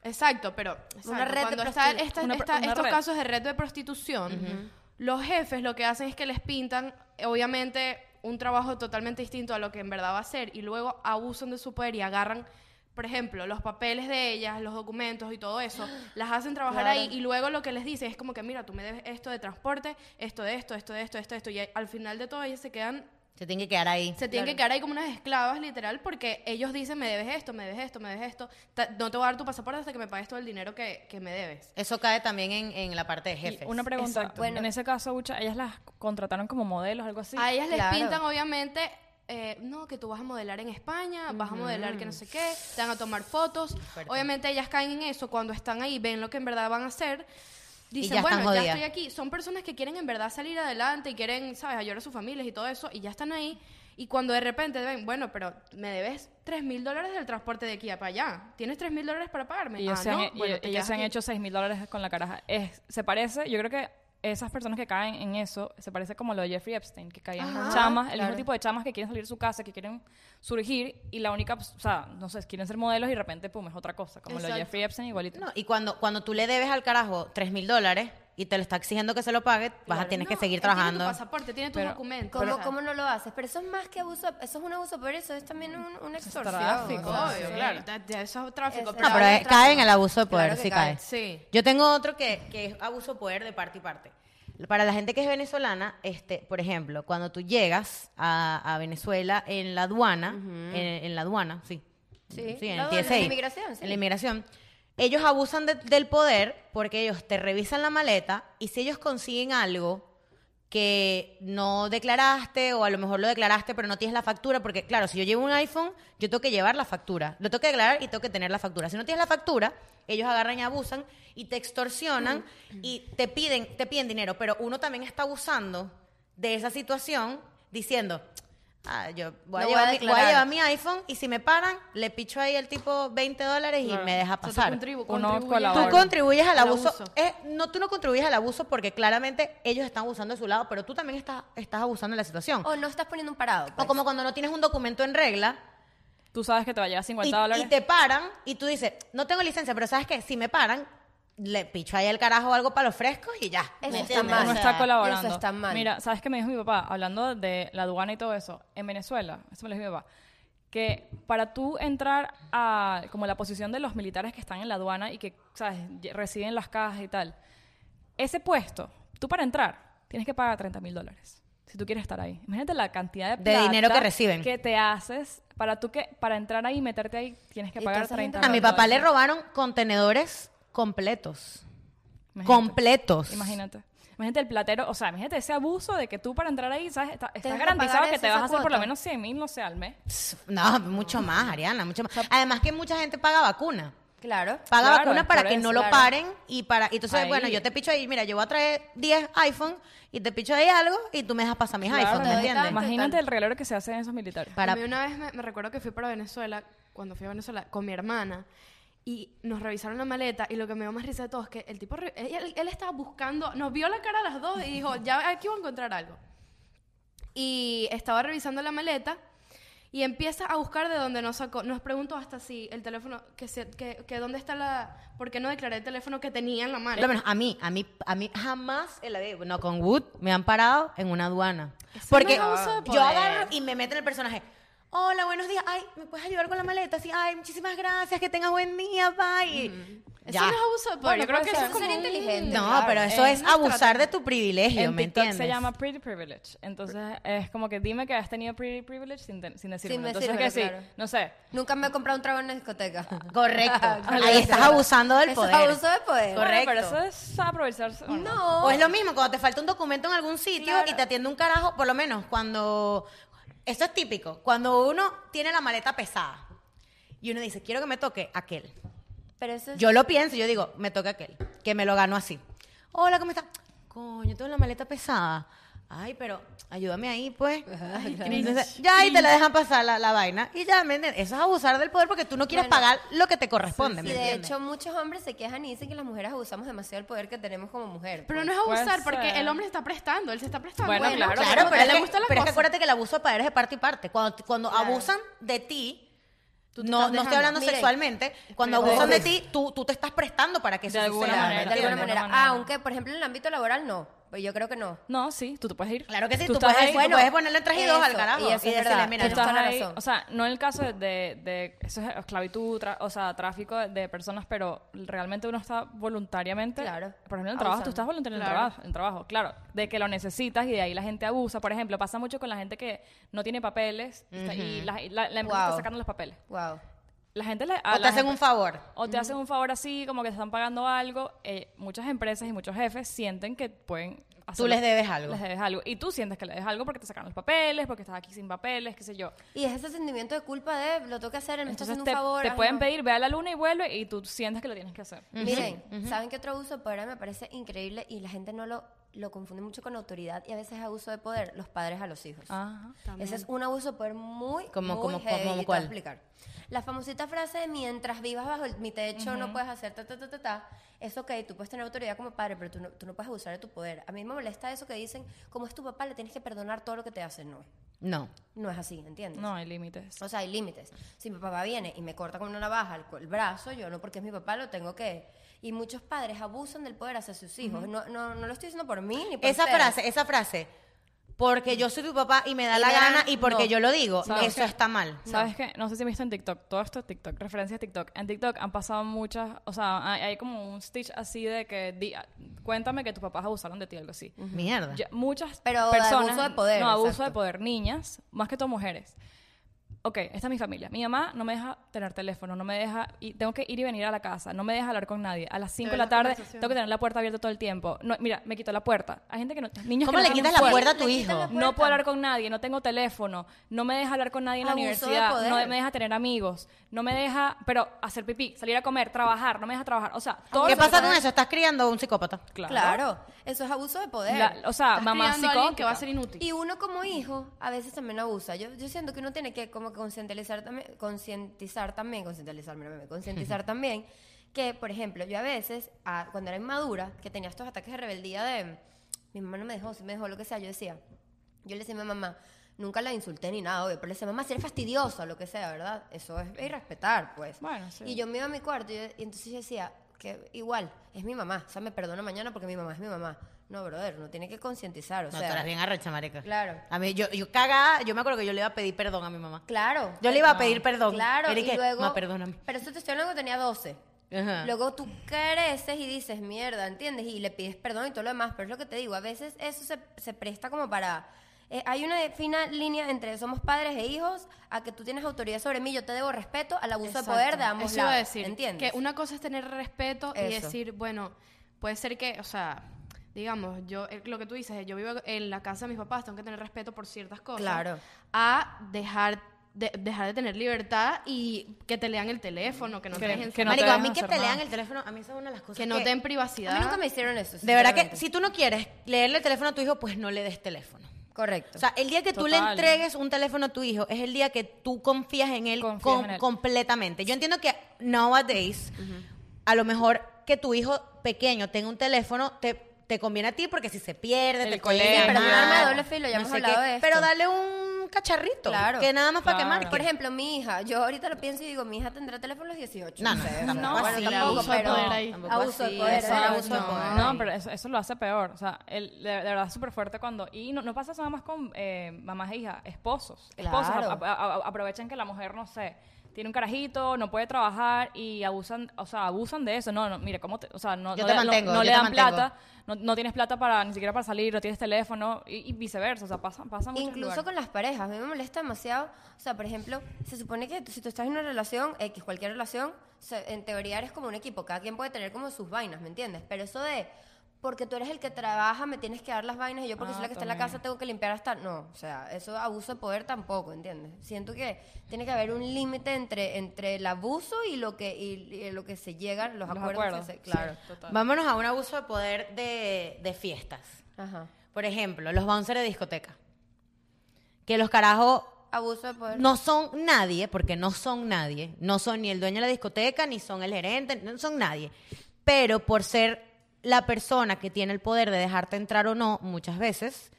S2: Exacto, pero exacto,
S4: red de
S2: cuando está-
S4: prostitu-
S2: esta-
S3: Una pro-
S2: esta-
S3: una
S2: estos
S3: red.
S2: casos de red de prostitución, los jefes lo que hacen es que les pintan, eh, obviamente, un trabajo totalmente distinto a lo que en verdad va a ser y luego abusan de su poder y agarran, por ejemplo, los papeles de ellas, los documentos y todo eso, las hacen trabajar
S4: Claro.
S2: ahí y luego lo que les dicen es como que, mira, tú me debes esto de transporte, esto de esto, esto de esto, esto de esto, y al final de todo ellas se quedan
S1: Se tiene que quedar ahí.
S2: se tienen que quedar ahí como unas esclavas, literal, porque ellos dicen, me debes esto, me debes esto, me debes esto. Ta- no te voy a dar tu pasaporte hasta que me pagues todo el dinero que, que me debes.
S1: Eso cae también en, en la parte de
S3: Y
S1: jefes.
S3: una pregunta.
S4: Exacto. Bueno.
S3: en ese caso, Ucha, ellas las contrataron como modelos, algo así.
S2: a ellas
S4: claro.
S2: les pintan, obviamente, eh, no, que tú vas a modelar en España, vas a modelar que no sé qué, te van a tomar fotos. Obviamente ellas caen en eso cuando están ahí, ven lo que en verdad van a hacer. Dicen,
S1: ya están
S2: bueno, ya
S1: jodidas.
S2: estoy aquí. Son personas que quieren en verdad salir adelante y quieren, ¿sabes?, ayudar a sus familias y todo eso, y ya están ahí. Y cuando de repente ven, bueno, pero me debes 3 mil dólares del transporte de aquí a para allá. ¿Tienes 3 mil dólares para pagarme?
S3: Y ellos
S2: Ah,
S3: se han,
S2: no,
S3: y-
S2: bueno, te
S3: ellos
S2: quedas
S3: se han
S2: aquí.
S3: hecho 6 mil dólares con la caraja. Es- se parece, yo creo que esas personas que caen en eso, se parece como lo de Jeffrey Epstein, que caían con
S2: Ajá,
S3: chamas, el
S2: claro.
S3: mismo tipo de chamas que quieren salir de su casa, que quieren surgir y la única, pues, o sea, no sé, quieren ser modelos y de repente, pum, es otra cosa, como lo de
S2: Exacto.
S3: Jeffrey Epstein igualito.
S1: No, y cuando, cuando tú le debes al carajo tres mil dólares y te lo está exigiendo que se lo pague, vas a
S2: Claro,
S1: tienes que
S2: no,
S1: seguir
S2: él tiene tu
S1: trabajando.
S2: pasaporte, tiene tus
S3: Pero-
S2: documentos.
S4: ¿Cómo,
S2: o sea,
S4: cómo no lo haces? Pero eso es más que abuso, eso es un abuso, pero eso es también un, un extorsión.
S3: tráfico.
S4: o sea,
S2: Obvio,
S4: sí.
S2: claro. da- da- Eso es tráfico.
S4: Eso.
S1: No, pero eh,
S4: Claro,
S1: cae en el abuso de poder,
S4: claro que
S1: sí cae.
S4: cae.
S2: Sí.
S1: Yo tengo otro que, que es abuso de poder de parte y parte. Para la gente que es venezolana, este, por ejemplo, cuando tú llegas a, a Venezuela en la aduana, en, en la aduana, sí.
S4: Sí,
S1: en
S4: la
S1: el
S4: aduana, en
S1: TSA.
S4: la inmigración, sí.
S1: En la inmigración. Ellos abusan de- del poder porque ellos te revisan la maleta y si ellos consiguen algo que no declaraste o a lo mejor lo declaraste pero no tienes la factura porque claro, si yo llevo un iPhone, yo tengo que llevar la factura, lo tengo que declarar y tengo que tener la factura. Si no tienes la factura, ellos agarran y abusan y te extorsionan y te piden te piden dinero, pero uno también está abusando de esa situación diciendo Ah, yo voy, a
S4: No voy a
S1: llevar mi, voy a
S4: declarar.
S1: llevar mi iPhone y si me paran, le picho ahí al tipo 20 dólares y
S3: Claro.
S1: me deja
S2: Ah, O sea, tú
S1: pasar.
S2: contribu-
S3: Uno
S2: contribuyes-
S3: colabora.
S1: Tú
S3: Ahora,
S1: contribuyes al
S2: al
S1: abuso.
S2: abuso.
S1: Eh, no, tú no contribuyes al abuso porque claramente ellos están abusando de su lado, pero tú también estás, estás abusando de la situación.
S4: O no estás poniendo un parado.
S1: O
S4: pues.
S1: como cuando no tienes un documento en regla
S3: Tú sabes que te va a llevar 50
S1: y,
S3: dólares.
S1: y te paran y tú dices, no tengo licencia, pero ¿sabes qué? Si me paran, le picho ahí al carajo algo para los frescos y ya.
S4: Eso
S1: ¿Me
S4: está
S1: entiendes?
S4: mal.
S1: O
S3: Uno
S1: sea,
S3: está colaborando.
S4: eso está mal.
S3: Mira, ¿sabes qué me dijo mi papá? Hablando de la aduana y todo eso. En Venezuela, eso me lo dijo mi papá. Que para tú entrar a como la posición de los militares que están en la aduana y que, ¿sabes? ye- Reciben las cajas y tal. Ese puesto, tú para entrar, tienes que pagar 30 mil dólares. Si tú quieres estar ahí. Imagínate la cantidad de,
S1: De
S3: plata
S1: dinero que reciben.
S3: Que te haces. Para tú que, para entrar ahí y meterte ahí, tienes que
S4: Y
S3: pagar
S4: toda esa gente
S3: 30
S1: A mi papá le robaron contenedores completos. Completos.
S3: Imagínate. Imagínate el platero, o sea, imagínate ese abuso de que tú para entrar ahí, ¿sabes? Está, estás
S4: Tienes que
S3: garantizado
S4: pagar
S3: que
S4: esa-
S3: te vas
S4: esa
S3: a hacer por lo
S4: cuota.
S3: menos 100 mil, no sé, al mes.
S1: No, mucho más, Ariana, mucho más. Además que mucha gente paga vacuna.
S4: Claro.
S1: Paga
S3: Claro,
S1: vacuna
S3: es
S1: para
S3: por
S1: que
S3: eso,
S1: no lo
S3: claro.
S1: paren y para y entonces,
S3: Ahí.
S1: bueno, yo te picho ahí, mira, yo voy a traer 10 iPhone y te picho ahí algo y tú me dejas pasar mis
S3: Claro,
S1: iPhone, ¿me
S4: te doy
S1: entiendes?
S4: tanto.
S3: Imagínate
S4: Total.
S3: el regalero que se hacen esos militares.
S1: Para-
S2: A mí una vez me, me recuerdo que fui para Venezuela, cuando fui a Venezuela, con mi hermana, y nos revisaron la maleta, y lo que me dio más risa de todo es que el tipo, re- él, él estaba buscando, nos vio la cara a las dos y dijo, ya aquí voy a encontrar algo. Y estaba revisando la maleta y empieza a buscar de dónde nos sacó. Nos preguntó hasta si el teléfono, que, se- que, que dónde está la, por qué no declaré el teléfono que tenía en la mano.
S1: Por lo menos a mí, a mí, a mí jamás en la vida, no con Wood, me han parado en una aduana.
S2: Eso
S1: Porque
S2: no es abuso de
S1: yo
S2: poder.
S1: agarro y me meto en el personaje. Hola, buenos días. Ay, ¿me puedes ayudar con la maleta? Sí, ay, muchísimas gracias, que tengas buen día, bye.
S2: Eso
S1: Ya.
S2: no es abuso de poder.
S3: Bueno,
S2: Yo creo
S3: puede
S2: que eso
S3: ser.
S2: es como
S4: Sería
S2: un-
S4: inteligente.
S1: No,
S4: claro.
S1: pero eso
S3: Eh,
S1: es
S2: no es
S1: abusar
S2: tratar-
S1: de tu privilegio,
S3: en
S1: ¿me
S3: TikTok
S1: entiendes?
S3: se llama Pretty Privilege. Entonces, es como que dime que has tenido Pretty Privilege sin, te- sin decirme. Entonces,
S4: decírmelo,
S3: que sí,
S4: claro.
S3: no sé.
S4: Nunca me he comprado un trago en la discoteca.
S1: Correcto.
S4: Claro.
S1: Ahí estás abusando del
S4: Eso
S1: poder.
S4: es abuso de poder.
S1: Correcto.
S3: Bueno, pero eso es aprovecharse. bueno,
S4: No.
S1: O es lo mismo, cuando te falta un documento en algún sitio y te atiende un carajo, por lo menos cuando... Esto es típico, cuando uno tiene la maleta pesada y uno dice, quiero que me toque aquel.
S4: Pero eso es-
S1: Yo lo pienso, yo digo, me toca aquel, que me lo gano así. Hola, ¿cómo estás? Coño, tengo la maleta pesada. Ay, pero ayúdame ahí, pues. Ay, entonces, ya ahí te la dejan pasar la, la vaina. Y ya, ¿me entiendes? Eso es abusar del poder porque tú no quieres
S4: Bueno.
S1: pagar lo que te corresponde,
S4: Y
S1: ¿me
S4: de
S1: entiendes?
S4: hecho, muchos hombres se quejan y dicen que las mujeres abusamos demasiado del poder que tenemos como mujer.
S2: Pero
S4: pues.
S2: no es abusar,
S3: Puede
S2: porque
S3: ser.
S2: el hombre está prestando, él se está prestando.
S3: Bueno, claro,
S1: Claro, pero,
S2: a él
S1: es,
S2: le
S1: que,
S2: gusta la
S1: pero es que
S2: cosa.
S1: acuérdate que el abuso de padres es de parte y parte. Cuando, cuando abusan de ti,
S2: Tú te
S1: no,
S2: estás
S1: no estoy
S2: dejando.
S1: hablando
S4: Miren,
S1: sexualmente, cuando
S4: espera.
S1: abusan de ti, tú, tú te estás prestando para que eso
S3: De alguna
S1: suceda, ¿me
S3: manera,
S4: Pues, de alguna
S1: entiendes?
S4: manera.
S3: manera.
S4: Aunque, por ejemplo, en el ámbito laboral no. Pues yo creo que no.
S3: No, sí, tú te puedes ir.
S1: Claro que sí, tú,
S3: estás
S1: puedes,
S3: ahí,
S1: tú
S4: bueno,
S1: puedes ponerle en traje y dos al
S4: eso,
S1: carajo
S4: y
S1: y,
S4: eso es
S1: decirle,
S4: verdad.
S1: mira,
S4: Tú
S1: no.
S3: Estás
S4: toda la
S3: ahí,
S4: razón.
S3: o sea, no en el caso de, de, de- eso es esclavitud, tra- o sea, tráfico de personas, pero realmente uno está voluntariamente.
S4: Claro.
S3: Por ejemplo, en el trabajo,
S4: Abusando.
S3: tú estás voluntario en el
S2: Claro.
S3: trabajo, en el trabajo, claro, de que lo necesitas y de ahí la gente abusa. Por ejemplo, pasa mucho con la gente que no tiene papeles y está- y la, y la- la empresa está
S4: Wow.
S3: sacando los papeles.
S4: Wow.
S3: La gente le, a
S1: O te
S3: la
S1: hacen
S3: gente-
S1: un favor.
S3: o te hacen un favor así, como que te están pagando algo. eh, muchas empresas y muchos jefes sienten que pueden hacer-
S1: les debes algo.
S3: Les debes algo. Y tú sientes que le debes algo porque te sacaron los papeles, porque estás aquí sin papeles, qué sé yo.
S4: Y es ese sentimiento de culpa de lo tengo que hacer, él me está
S3: Entonces
S4: haciendo
S3: te,
S4: un favor.
S3: te
S4: ay,
S3: pueden
S4: no.
S3: pedir, ve a la luna y vuelve y tú sientes que lo tienes que hacer.
S4: Miren, ¿saben qué otro abuso de poder a mí me parece increíble? Y la gente no lo, lo confunde mucho con autoridad y a veces es abuso de poder, los padres a los hijos.
S3: Ajá.
S4: Ese es un abuso de poder muy,
S1: ¿Cómo-
S4: muy
S1: cómo-
S4: heavy,
S1: cómo
S4: y te voy a
S1: cuál?
S4: explicar. La famosita frase de mientras vivas bajo el- mi techo no puedes hacer ta, ta, ta, ta, ta. Es ok, tú puedes tener autoridad como padre, pero tú no, tú no puedes abusar de tu poder. A mí me molesta eso que dicen, como es tu papá, le tienes que perdonar todo lo que te hace. No,
S1: No.
S4: no es así, ¿entiendes?
S3: No hay límites.
S4: O sea, hay límites. Si mi papá viene y me corta con una navaja el, cu- el brazo, yo no, porque es mi papá, lo tengo que... Y muchos padres abusan del poder hacia sus hijos. no, no, no lo estoy diciendo por mí ni por
S1: Esa
S4: ustedes.
S1: frase, esa frase. porque yo soy tu papá y me da
S4: Y
S1: la
S4: me da-
S1: gana y porque
S3: no.
S1: yo lo digo,
S3: ¿Sabes
S1: eso
S3: qué?
S1: está mal.
S3: ¿Sabes qué? No sé si han visto en TikTok, todo esto es TikTok, referencias TikTok. En TikTok han pasado muchas, o sea, hay, hay como un stitch así de que, di- cuéntame que tus papás abusaron de ti, algo así.
S1: Mierda.
S3: Ya- muchas
S4: Pero de
S3: personas.
S4: abuso de poder,
S3: No, abuso
S4: exacto.
S3: de poder. Niñas, más que todo mujeres. Ok, esta es mi familia. Mi mamá no me deja tener teléfono, no me deja. Y tengo que ir y venir a la casa, no me deja hablar con nadie. A las 5 de la
S2: las
S3: tarde
S2: conversaciones.
S3: tengo que tener la puerta abierta todo el tiempo. No, mira, me quitó la puerta. Hay gente que no. Niños
S1: ¿Cómo
S3: que
S1: le
S3: no
S1: quitas
S3: tienen
S1: la
S3: puerta.
S1: puerta a tu
S4: Le quitas
S1: hijo?
S4: la
S3: No
S4: puerta.
S3: puedo hablar con nadie, no tengo teléfono, no me deja hablar con nadie en la
S4: Abuso de
S3: universidad,
S4: poder.
S3: no me deja tener amigos, no me deja, pero hacer pipí, salir a comer, trabajar, no me deja trabajar. O sea, todo
S1: ¿Qué
S3: lo que
S1: pasa
S3: está-
S1: con eso? Estás criando a un psicópata.
S3: Claro.
S4: Claro, eso es abuso de poder.
S3: La- o sea,
S2: Estás
S3: mamá
S2: criando a alguien que va a
S3: psicótica.
S2: ser inútil.
S4: Y uno como hijo a veces también abusa. Yo, yo siento que uno tiene que como que concientizar también, concientizar también, concientizar, mira, meme, concientizar también que, por ejemplo, yo a veces, ah, cuando era inmadura, que tenía estos ataques de rebeldía de mi mamá no me dejó, si me dejó lo que sea, yo decía, yo le decía a mi mamá, nunca la insulté ni nada, obvio, pero le decía, mamá, si eres fastidiosa o lo que sea, ¿verdad? Eso es irrespetar, pues.
S3: Bueno, sí.
S4: Y yo me iba a mi cuarto y, yo- y entonces yo decía, que igual, es mi mamá, o sea, me perdona mañana porque mi mamá es mi mamá. No, brother, uno tiene que concientizar, o
S1: No, tú
S4: sea.
S1: eras bien arrecha, marica.
S4: Claro.
S1: A mí, yo, yo cagada, yo me acuerdo que yo le iba a pedir perdón a mi mamá.
S4: Claro. eh,
S1: Yo le iba a pedir perdón.
S4: Claro,
S1: Era
S4: y
S1: que,
S4: luego.
S1: "Ma, perdóname.
S4: Pero eso te estoy hablando que tenía 12.
S1: Ajá.
S4: Luego tú creces y dices, mierda, ¿entiendes? Y le pides perdón y todo lo demás. Pero es lo que te digo, a veces eso se, se presta como para. eh, hay una fina línea entre somos padres e hijos a que tú tienes autoridad sobre mí, yo te debo respeto al abuso
S2: Exacto.
S4: de poder de ambos
S2: Eso iba
S4: lados.
S2: a decir.
S4: ¿Entiendes?
S2: Que una cosa es tener respeto y
S4: Eso.
S2: decir, bueno, puede ser que, o sea, digamos, yo, eh, lo que tú dices, yo vivo en la casa de mis papás, tengo que tener respeto por ciertas cosas.
S4: Claro.
S2: A dejar de, dejar de tener libertad y que te lean el teléfono, que no te
S3: Que-
S2: dejen
S3: que
S2: que
S3: no
S2: no,
S1: Marico,
S3: te
S1: a mí
S3: dejan
S1: que
S3: hacer
S1: te
S3: nada.
S1: lean el teléfono, a mí esa es una de las cosas.
S2: que no
S1: que-
S2: den privacidad.
S4: A mí nunca me hicieron eso.
S1: De verdad que
S4: sinceramente.
S1: si tú no quieres leerle el teléfono a tu hijo, pues no le des teléfono.
S4: Correcto.
S1: O sea, el día que tú le
S3: Total.
S1: entregues un teléfono a tu hijo es el día que tú confías en él,
S3: Confías
S1: con-
S3: en él.
S1: completamente. Yo entiendo que nowadays, a lo mejor que tu hijo pequeño tenga un teléfono, te, te conviene a ti porque si se pierde,
S3: El
S1: te puede
S3: colegio.
S1: llamar,
S3: Pero es un arma de
S4: doble filo, ya hemos hablado de esto.
S1: Pero dale un cacharrito,
S4: Claro.
S1: que nada más para
S3: Claro.
S1: quemar.
S4: por ejemplo, mi hija, yo ahorita lo pienso y digo, mi hija tendrá teléfono a los 18.
S1: No, no,
S4: sé,
S1: tampoco
S4: o sea,
S1: así.
S4: bueno, tampoco,
S2: Abuso de
S4: pero-
S2: poder ahí.
S1: Tampoco
S4: Abuso de
S1: así,
S4: poder,
S1: eso
S4: era
S1: es-
S4: abuso de
S2: no.
S4: poder.
S3: No, pero eso, eso lo hace peor. O sea, el- de, de verdad es súper fuerte cuando... Y no, no pasa nada más con eh, mamás e hijas, esposos. Esposos
S4: Claro.
S3: ap- a- a- aprovechan que la mujer, no sé, tiene un carajito, no puede trabajar y abusan, o sea, abusan de eso. No, no, mira, cómo te, o sea, no,
S1: Yo
S3: no
S1: te
S3: le- no-
S1: mantengo,
S3: no
S1: yo
S3: le
S1: te
S3: dan
S1: mantengo.
S3: plata, no, no tienes plata para ni siquiera para salir, no tienes teléfono y, y viceversa. O sea, pasa, pasa mucho.
S4: Incluso con las parejas, a mí me molesta demasiado. O sea, por ejemplo, se supone que tú- si tú estás en una relación, X, cualquier relación, se- en teoría eres como un equipo, cada quien puede tener como sus vainas, ¿me entiendes? Pero eso de, porque tú eres el que trabaja, me tienes que dar las vainas y yo porque
S3: Ah,
S4: soy la que está en la
S3: también.
S4: casa tengo que limpiar hasta... No, o sea, eso abuso de poder tampoco, ¿entiendes? Siento que tiene que haber un límite entre, entre el abuso y lo que, y, y lo que se llegan, los,
S3: Los
S4: acuerdos. que
S3: acuerdos,
S4: se-
S3: sí.
S4: claro.
S1: Vámonos a un abuso de poder de, de fiestas.
S4: Ajá.
S1: Por ejemplo, los bouncers de discoteca. Que los carajos
S4: Abuso de poder.
S1: no son nadie, porque no son nadie. No son ni el dueño de la discoteca, ni son el gerente, no son nadie. Pero por ser la persona que tiene el poder de dejarte entrar o no, muchas veces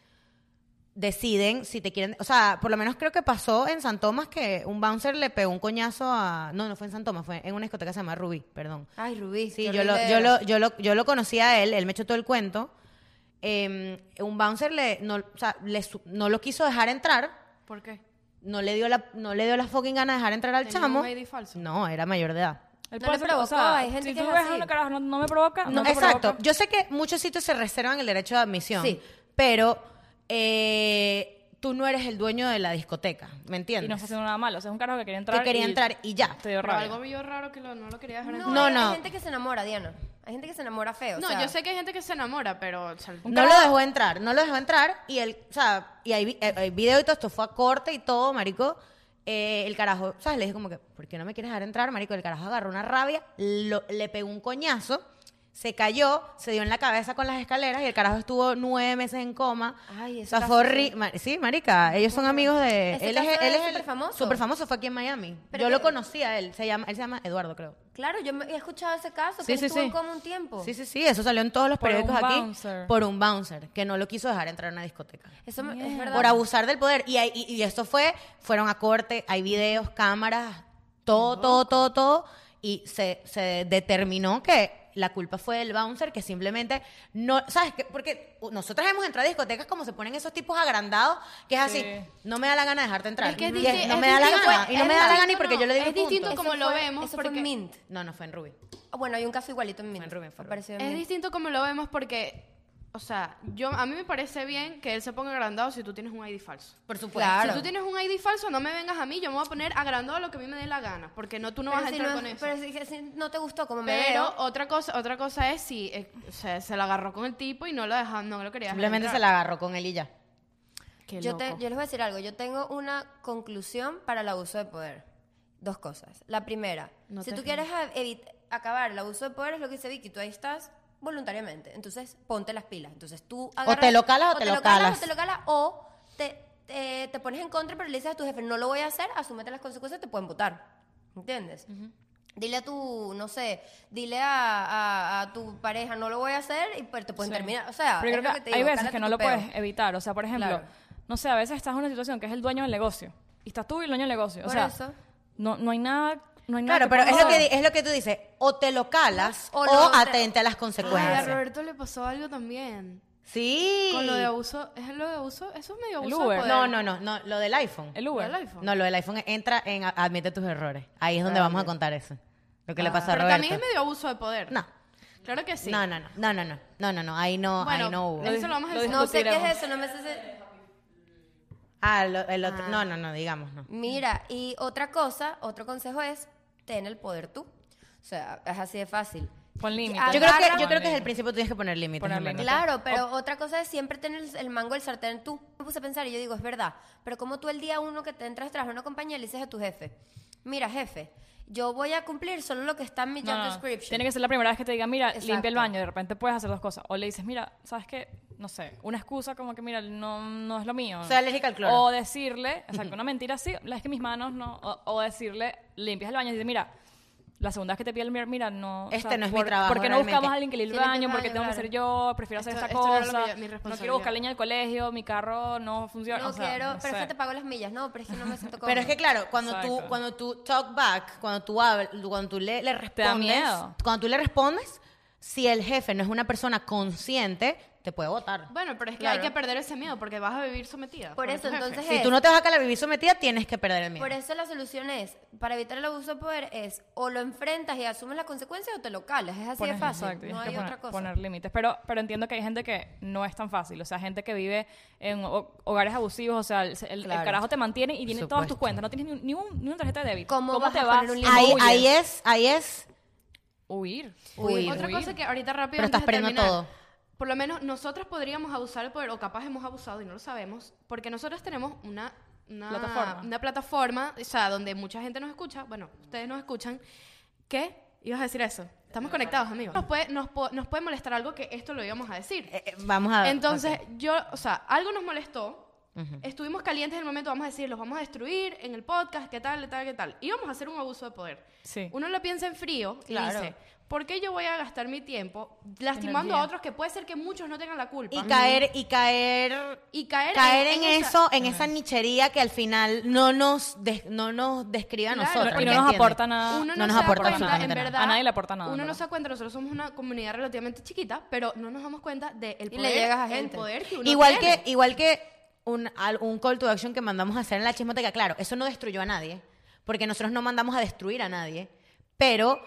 S1: deciden si te quieren. O sea, por lo menos creo que pasó en San Tomás que un bouncer le pegó un coñazo a. No, no fue en San Tomás, fue en una discoteca que se llama Rubí, perdón.
S4: Ay, Rubí.
S1: Sí,
S4: qué
S1: yo lo,
S4: horrible
S1: yo,
S4: era.
S1: lo, yo, lo, yo lo conocí a él, él me echó todo el cuento. Eh, un bouncer le, no, o sea, le su- no lo quiso dejar entrar,
S2: ¿Por qué?
S1: no le dio la, no le dio la fucking gana de dejar entrar al
S2: ¿Tenía un
S1: chamo.
S2: ID falso?
S1: No, era mayor de edad.
S3: El
S4: No le
S3: paso-
S4: provocó,
S3: o sea,
S4: hay gente
S3: si
S4: que
S3: tú
S4: es
S3: ves
S4: así.
S3: a una caraja, no, no me provoca, Ah, no,
S1: No,
S3: te
S1: exacto.
S3: provoca.
S1: Yo sé que muchos sitios se reservan el derecho de admisión,
S4: Sí.
S1: pero eh, tú no eres el dueño de la discoteca, ¿me entiendes?
S3: Y no está haciendo nada malo. O sea, es un carajo que quería entrar
S1: que quería
S3: y
S1: entrar y ya.
S3: Te dio
S2: Pero
S3: rabia.
S2: algo yo raro que lo- no lo quería dejar
S4: No,
S2: entrar.
S1: No,
S4: hay,
S1: no.
S4: hay gente que se enamora, Diana. Hay gente que se enamora feo.
S2: No,
S4: o sea,
S2: yo sé que hay gente que se enamora, pero... o sea,
S1: No lo dejó entrar, no lo dejó entrar y él, o sea, y hay, vi- eh, hay video y todo, esto fue a corte y todo, marico. Eh, el carajo, ¿sabes? Le dije como que, ¿por qué no me quieres dejar entrar, marico? El carajo agarró una rabia, lo- le pegó un coñazo, se cayó, se dio en la cabeza con las escaleras y el carajo estuvo nueve meses en coma.
S4: Ay,
S1: o
S4: ese
S1: sea,
S4: caso
S1: fue
S4: sí.
S1: horri- ma- Sí, marica, ellos son amigos de...
S4: Ese
S1: él es,
S4: caso
S1: él
S4: es
S1: el-
S4: superfamoso.
S1: superfamoso, fue aquí en Miami.
S4: Pero
S1: Yo
S4: que-
S1: lo conocí a él, se llama, él se llama Eduardo, creo.
S4: Claro, yo me- he escuchado ese caso, que
S1: Sí,
S4: él
S1: sí,
S4: estuvo
S1: sí.
S4: en coma un tiempo.
S1: Sí, sí, sí, eso salió en todos los
S3: Por un
S1: periódicos aquí
S3: bouncer.
S1: por un bouncer que no lo quiso dejar entrar a una discoteca.
S4: Eso me- es verdad.
S1: por abusar del poder. Y, hay- y, y esto fue, fueron a corte, hay videos, cámaras, todo, todo, todo, todo. Y se, se determinó que la culpa fue del bouncer que simplemente no, ¿sabes? qué? porque nosotras hemos entrado a discotecas como se ponen esos tipos agrandados, que es así,
S3: Sí.
S1: no me da la gana de dejarte entrar.
S2: Es que es
S1: Y es,
S2: disti-
S1: no
S2: es
S1: me da la
S2: distinto,
S1: gana.
S2: fue-
S1: y no me
S2: es
S1: da la
S2: distinto,
S1: gana y porque
S2: no,
S1: yo le digo
S2: es distinto
S1: punto.
S2: como
S4: Eso
S2: lo
S4: fue-
S2: vemos,
S4: Eso fue
S2: porque-
S4: en Mint.
S1: No, no fue en Ruby.
S4: Ah, Bueno, hay un caso igualito en Mint.
S1: en Rubén, fue en
S4: Apareció en
S2: Es
S4: Mint.
S2: distinto como lo vemos porque, o sea, yo a mí me parece bien que él se ponga agrandado si tú tienes un ID falso.
S1: Por supuesto.
S4: Claro.
S2: Si tú tienes un ID falso, no me vengas a mí, yo me voy a poner agrandado lo que a mí me dé la gana, porque no tú no vas
S4: Pero
S2: a
S4: si
S2: entrar
S4: no-
S2: con eso.
S4: Pero si, si no te gustó como me
S2: Pero
S4: veo,
S2: otra cosa, otra cosa es si eh, o sea, se la agarró con el tipo y no lo dejaron, no lo quería. dejar
S1: Simplemente se
S2: entrar.
S1: la agarró con él y ya.
S2: Qué
S4: yo, te-
S2: loco.
S4: yo les voy a decir algo. Yo tengo una conclusión para el abuso de poder. Dos cosas. La primera,
S2: No
S4: si
S2: te
S4: tú quieres a- evit- acabar el abuso de poder, es lo que dice Vicky, tú ahí estás voluntariamente. Entonces, ponte las pilas. Entonces, tú agarras...
S1: te lo calas o te lo calas.
S4: O te lo calas o te, te- te pones en contra, pero le dices a tu jefe, no lo voy a hacer, asúmete las consecuencias, te pueden votar. ¿Entiendes? Dile a tu, no sé, dile a, a- a tu pareja, no lo voy a hacer y pues, te pueden
S3: Sí.
S4: terminar. O sea,
S3: Pero yo
S4: es
S3: creo
S4: lo
S3: que
S4: te digo,
S3: hay veces
S4: cálate
S3: que no
S4: tu
S3: lo
S4: peo.
S3: puedes evitar. O sea, por ejemplo,
S4: Claro.
S3: no sé, a veces estás en una situación que es el dueño del negocio. Y estás tú y el dueño del negocio.
S4: Por
S3: o sea,
S4: eso.
S3: No, no hay nada. No hay
S1: Claro,
S3: nada
S1: pero es lo,
S3: puedas
S1: que,
S3: hacer.
S1: di- es lo que tú dices, o te lo calas o,
S4: O no, te-
S1: atente a las
S2: Ay, a
S1: consecuencias.
S2: Roberto le pasó algo también.
S1: sí.
S2: Con lo de abuso, es lo de abuso, eso es medio
S3: El
S2: abuso.
S3: Uber.
S2: de poder.
S1: no, no, no, no, lo del iPhone.
S3: El Uber.
S2: El iPhone. Ah,
S1: No, lo del iPhone entra en a- admite tus errores. Ahí es donde vamos a contar eso. Lo que le pasó a
S2: Pero
S1: Roberto.
S2: también es medio abuso de poder.
S1: No.
S2: Claro que sí.
S1: No, no, no, no, no, no, no, no, no, ahí no,
S2: Bueno,
S1: ahí no hubo.
S2: eso lo vamos a
S3: Lo
S2: decir.
S4: No sé qué es
S3: discutiremos.
S4: eso, no me sé... si-
S1: Ah, lo- el otro, no, no, no, digamos, no.
S4: Mira, y otra cosa, otro consejo es, ten el poder tú. O sea, es así de fácil.
S3: Pon límites.
S4: Yo
S1: Yo creo
S4: Agarra-
S1: que, yo creo que desde el principio tienes que poner límites.
S3: Poner
S1: en verdad.
S3: límites.
S4: Claro, pero otra cosa es siempre tener el, el mango, el sartén tú. Me puse a pensar y yo digo, es verdad, pero como tú el día uno que te entras tras una compañía le dices a tu jefe, mira jefe, yo voy a cumplir solo lo que está en mi
S3: No,
S4: job
S3: no, no.
S4: description.
S3: Tiene que ser la primera vez que te diga, mira,
S4: Exacto.
S3: limpia el baño. De repente puedes hacer dos cosas. O le dices, mira, ¿sabes qué? No sé, una excusa como que, mira, no, no es lo mío.
S1: Soy alérgica al cloro.
S3: O decirle, exacto, una mentira así, la es que mis manos no. O, o decirle, limpias el baño y dices, mira, la segunda vez que te pide el mir- mira, no.
S1: Este no es mi trabajo
S3: Porque no
S1: realmente.
S3: buscamos a alguien que limpie el
S4: Tiene que
S3: baño,
S4: el
S3: porque
S4: baño,
S3: tengo que
S4: claro.
S3: ser yo, prefiero hacer
S2: Esto-
S3: esta
S2: esto no era lo
S3: cosa.
S2: que yo- mi
S3: no
S2: responsabilidad.
S3: quiero buscar leña del colegio, mi carro no funciona.
S4: no
S3: o sea,
S4: quiero,
S3: no
S4: pero es
S3: sé.
S4: que te pago las millas, no, pero es que no me siento cómoda.
S1: Pero es que claro, cuando tú
S3: Exacto.
S1: cuando tú talk back, cuando tú hablas, cuando tú le, le respondes,
S3: miedo.
S1: cuando tú le respondes, si el jefe no es una persona consciente, te puede votar.
S2: Bueno, pero es que hay
S1: Claro.
S2: que perder ese miedo porque vas a vivir sometida.
S4: Por
S2: tu
S4: eso,
S2: jefe.
S4: entonces,
S1: Si
S4: es-
S1: tú no te vas a calar vivir sometida, tienes que perder el miedo.
S4: Por eso la solución es, para evitar el abuso de poder, es o lo enfrentas y asumes las consecuencias o te lo calas. Es así
S3: Poner-
S4: de fácil.
S3: exacto,
S4: no
S3: tienes
S4: hay
S3: que poner,
S4: otra cosa.
S3: poner límites. Pero, pero entiendo que hay gente que no es tan fácil. O sea, gente que vive en ho- hogares abusivos. O sea, el, el- el
S1: Claro.
S3: carajo te mantiene y tiene
S1: Por
S3: todas tus
S1: supuesto.
S3: cuentas. No tienes ni, un- ni un- ni una tarjeta de débito.
S4: ¿Cómo vas
S3: te
S4: a
S3: vas
S4: poner un límite?
S1: ahí,
S4: huyes.
S1: ahí es, ahí es.
S3: Huir.
S1: Huir.
S2: Otra cosa que ahorita rápido
S1: Pero
S2: antes
S1: estás
S2: de
S1: perdiendo
S2: terminar,
S1: todo.
S2: Por lo menos nosotras podríamos abusar del poder, o capaz hemos abusado y no lo sabemos, porque nosotras tenemos una, una
S3: Plataforma.
S2: una plataforma, o sea, donde mucha gente nos escucha, bueno, ustedes nos escuchan, que ibas a decir eso. Estamos conectados, amigos. Nos puede, nos, po- nos puede molestar algo que esto lo íbamos a decir.
S1: Eh, eh, vamos a ver.
S2: Entonces, yo, o sea, algo nos molestó. Estuvimos calientes en el momento, vamos a decir, los vamos a destruir en el podcast, qué tal, qué tal, qué tal. Y vamos a hacer un abuso de poder.
S3: Sí.
S2: Uno lo piensa en frío y
S4: Claro.
S2: dice, ¿por qué yo voy a gastar mi tiempo lastimando
S3: Energía.
S2: a otros que puede ser que muchos no tengan la culpa?
S1: y caer y caer
S2: Y caer,
S1: caer en,
S2: esa-
S1: eso, en esa nichería que al final no nos des- no nos describe a
S2: Claro,
S1: nosotros.
S2: y no
S1: ¿me
S3: nos
S1: entiendes?
S3: aporta nada.
S2: Uno no,
S1: No nos
S2: se
S1: aporta
S2: da cuenta, en
S1: absolutamente nada.
S2: verdad.
S3: A nadie le aporta nada, en
S2: Uno no
S3: verdad.
S2: se da cuenta, nosotros somos una comunidad relativamente chiquita, pero no nos damos cuenta del
S4: le
S2: poder,
S4: llegas a
S2: el
S4: gente.
S2: poder que uno
S1: Igual
S2: tiene.
S1: que, igual que un, al- un call to action que mandamos a hacer en la chismoteca, claro, eso no destruyó a nadie, porque nosotros no mandamos a destruir a nadie, pero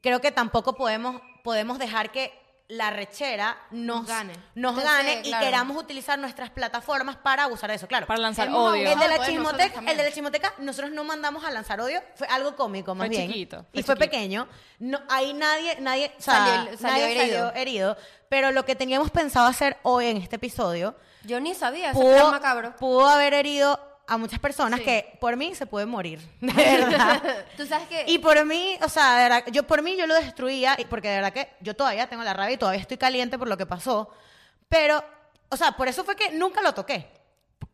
S1: creo que tampoco podemos, podemos dejar que la rechera nos
S2: Nos gane.
S1: nos
S4: Sí,
S1: gane y
S4: claro.
S1: queramos utilizar nuestras plataformas para abusar de eso, claro.
S3: Para lanzar
S2: Hemos
S3: odio.
S1: el de la
S2: Pues nosotros
S1: chismoteca,
S2: también.
S1: el de la chismoteca, nosotros no mandamos a lanzar odio, fue algo cómico más
S3: Fue
S1: bien.
S3: chiquito,
S1: y fue
S3: fue chiquito.
S1: pequeño. No, ahí nadie, nadie, o sea,
S4: Salió- salió
S1: nadie
S4: herido.
S1: salió herido. Pero lo que teníamos pensado hacer hoy en este episodio
S4: Yo ni sabía, ese plan
S1: pudo,
S4: macabro.
S1: pudo haber herido a muchas personas
S2: Sí.
S1: que por mí se pueden morir, de verdad.
S4: Tú sabes que...
S1: Y por mí, o sea, de verdad, yo por mí yo lo destruía, y- porque de verdad que yo todavía tengo la rabia y todavía estoy caliente por lo que pasó. Pero, o sea, por eso fue que nunca lo toqué.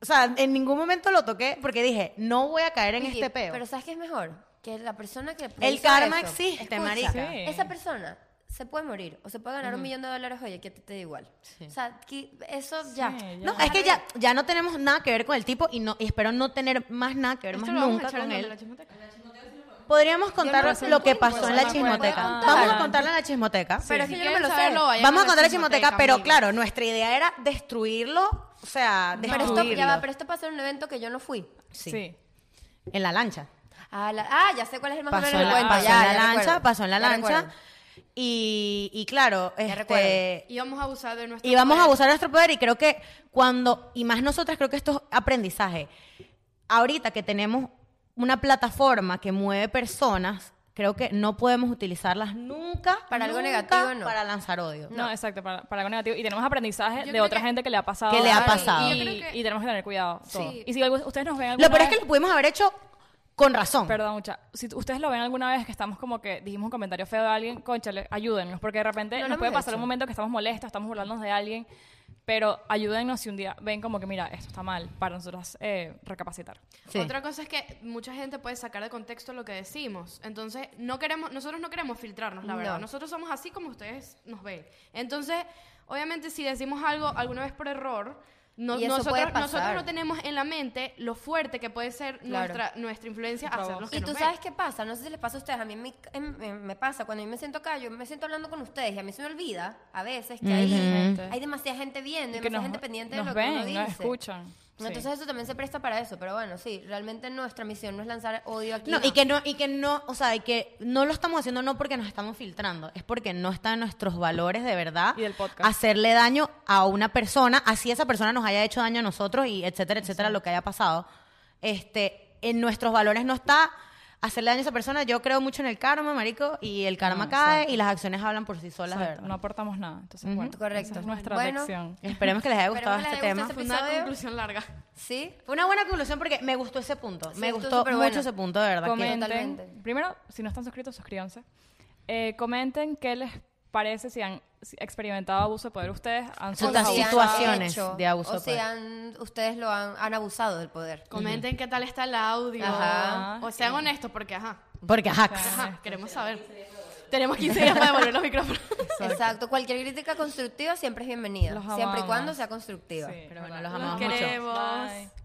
S1: O sea, en ningún momento lo toqué porque dije, no voy a caer en
S4: Oye,
S1: este peo.
S4: Pero ¿sabes qué es mejor? Que la persona que...
S1: El
S4: hizo
S1: karma
S4: eso-
S1: existe,
S4: Escucha,
S1: marica.
S3: Sí.
S4: Esa persona se puede morir o se puede ganar un millón de dólares, oye, que te, te da igual. O sea, que eso ya.
S3: ya.
S1: no, es que ya, ya no tenemos nada que ver con el tipo y, no, y espero no tener más nada que ver
S2: Esto
S1: más
S2: lo vamos a
S1: nunca
S2: echar en
S1: con
S2: donde,
S1: él.
S2: la chismoteca.
S1: Podríamos contar
S4: no sé
S1: lo que
S4: cuál,
S1: pasó
S4: pues,
S1: en
S4: no
S1: la
S4: me
S1: chismoteca.
S4: acuerdo.
S1: Vamos a contarla en la chismoteca.
S4: Pero es
S2: Si
S4: que yo no me
S2: quieren
S4: lo sé.
S2: saberlo, vayan
S1: Vamos a
S2: la
S1: contar la chismoteca, pero
S2: amigos.
S1: claro, nuestra idea era destruirlo, o sea,
S4: Pero
S1: destruirlo.
S4: esto, ya va, pero esto pasó en un evento que yo no fui.
S1: Sí.
S3: Sí.
S1: En la lancha.
S4: Ah, la- ah, ya sé cuál es el más o
S1: Pasó en
S4: menos el
S1: la,
S4: cuento.
S1: pasó
S4: ya,
S1: en la
S4: ya
S1: lancha,
S4: recuerdo.
S1: pasó en la
S4: Ya
S1: lancha.
S4: recuerdo.
S1: Y, y claro, este,
S4: recuerdo.
S2: Íbamos a abusar de nuestro
S1: y vamos a
S2: poder.
S1: abusar de nuestro poder y creo que cuando, y más nosotras, creo que esto es aprendizaje. Ahorita que tenemos una plataforma que mueve personas, creo que no podemos utilizarlas nunca.
S4: Para algo
S1: nunca
S4: negativo, no.
S1: Para lanzar odio.
S3: No, exacto, para, para algo negativo. Y tenemos aprendizaje de
S2: creo
S3: otra
S2: que-
S3: gente que le ha pasado.
S1: Que le ha
S3: algo
S1: pasado.
S3: Y,
S2: Yo creo que-
S3: y tenemos que tener cuidado. todo.
S2: Sí.
S3: Y si algo- ustedes nos ven alguna
S1: Lo peor es
S3: vez-
S1: que lo pudimos haber hecho con
S4: Oh.
S1: razón.
S3: Perdón, mucha. Si t- ustedes lo ven alguna vez que estamos como que dijimos un comentario feo de alguien, conchale, ayúdennos, porque de repente
S4: No lo
S3: nos puede
S4: hemos
S3: pasar
S4: hecho.
S3: un momento que estamos molestos, estamos burlándonos de alguien, pero ayúdennos si un día ven como que, mira, esto está mal, para nosotras eh, recapacitar.
S1: Sí.
S2: Otra cosa es que mucha gente puede sacar de contexto lo que decimos. Entonces, no queremos, nosotros no queremos filtrarnos, la verdad.
S4: No.
S2: Nosotros somos así como ustedes nos ven. Entonces, obviamente, si decimos algo alguna vez por error, no-
S4: Y eso
S2: nosotros,
S4: puede pasar.
S2: nosotros no tenemos en la mente lo fuerte que puede ser nuestra, nuestra influencia
S3: Nuestra
S2: hacia
S3: voz.
S2: los que
S4: Y
S2: nos
S4: tú
S2: ven.
S4: sabes qué pasa, no sé si les pasa a ustedes, a mí me, en- en- me pasa, cuando yo me siento acá, yo me siento hablando con ustedes y a mí se me olvida a veces que hay,
S3: Ujú.
S4: hay demasiada gente viendo, hay
S3: que
S4: demasiada
S3: nos-
S4: gente pendiente
S3: nos
S4: de lo
S3: ven,
S4: que uno
S3: nos
S4: dice.
S3: escuchan. Sí.
S4: Entonces eso también se presta para eso, pero bueno, sí, realmente nuestra misión no es lanzar odio aquí.
S1: No, y que no, y que no, o sea, y que no lo estamos haciendo no porque nos estamos filtrando, es porque no están nuestros valores de verdad
S3: Y del podcast.
S1: hacerle daño a una persona, así esa persona nos haya hecho daño a nosotros y etcétera, etcétera, lo que haya pasado. Este, en nuestros valores no está hacerle daño a esa persona. Yo creo mucho en el karma, marico, y el karma
S3: No,
S1: cae
S3: exacto.
S1: y las acciones hablan por sí solas, de
S3: Exacto,
S1: verdad.
S3: no aportamos nada. Entonces, bueno,
S4: Correcto.
S3: esa es nuestra
S4: Bueno.
S3: lección.
S1: Esperemos que les haya gustado
S4: Esperemos
S1: este
S4: que les
S1: tema.
S4: haya gustado
S2: Fue una
S4: episodio-
S2: conclusión larga.
S4: ¿Sí?
S1: Fue una buena conclusión porque me gustó ese punto.
S4: Sí,
S1: me
S4: estuvo
S1: gustó mucho
S4: superbueno.
S1: ese punto, de verdad. que-
S3: comenten.
S4: Totalmente.
S3: Primero, si no están suscritos, suscríbanse. Eh, comenten qué les parece si han si- experimentado abuso de poder ustedes. Han
S1: Sus
S3: sido
S1: Otras
S4: si han
S3: abusados.
S1: situaciones
S4: hecho,
S1: de abuso de
S4: O si
S1: poder.
S4: han, ustedes lo han, han abusado del poder.
S2: Comenten qué tal está el audio.
S4: Ajá.
S2: O sean honestos, porque ajá.
S1: Porque, ajá,
S2: Ajá, queremos saber. Tenemos 15 días para devolver los micrófonos.
S4: Exacto. Cualquier crítica constructiva siempre es bienvenida.
S3: Los
S4: Siempre y cuando
S3: amamos.
S4: sea constructiva.
S3: Sí,
S1: Pero bueno,
S3: verdad.
S1: los
S2: Los
S1: amamos mucho.
S2: queremos.
S3: Bye.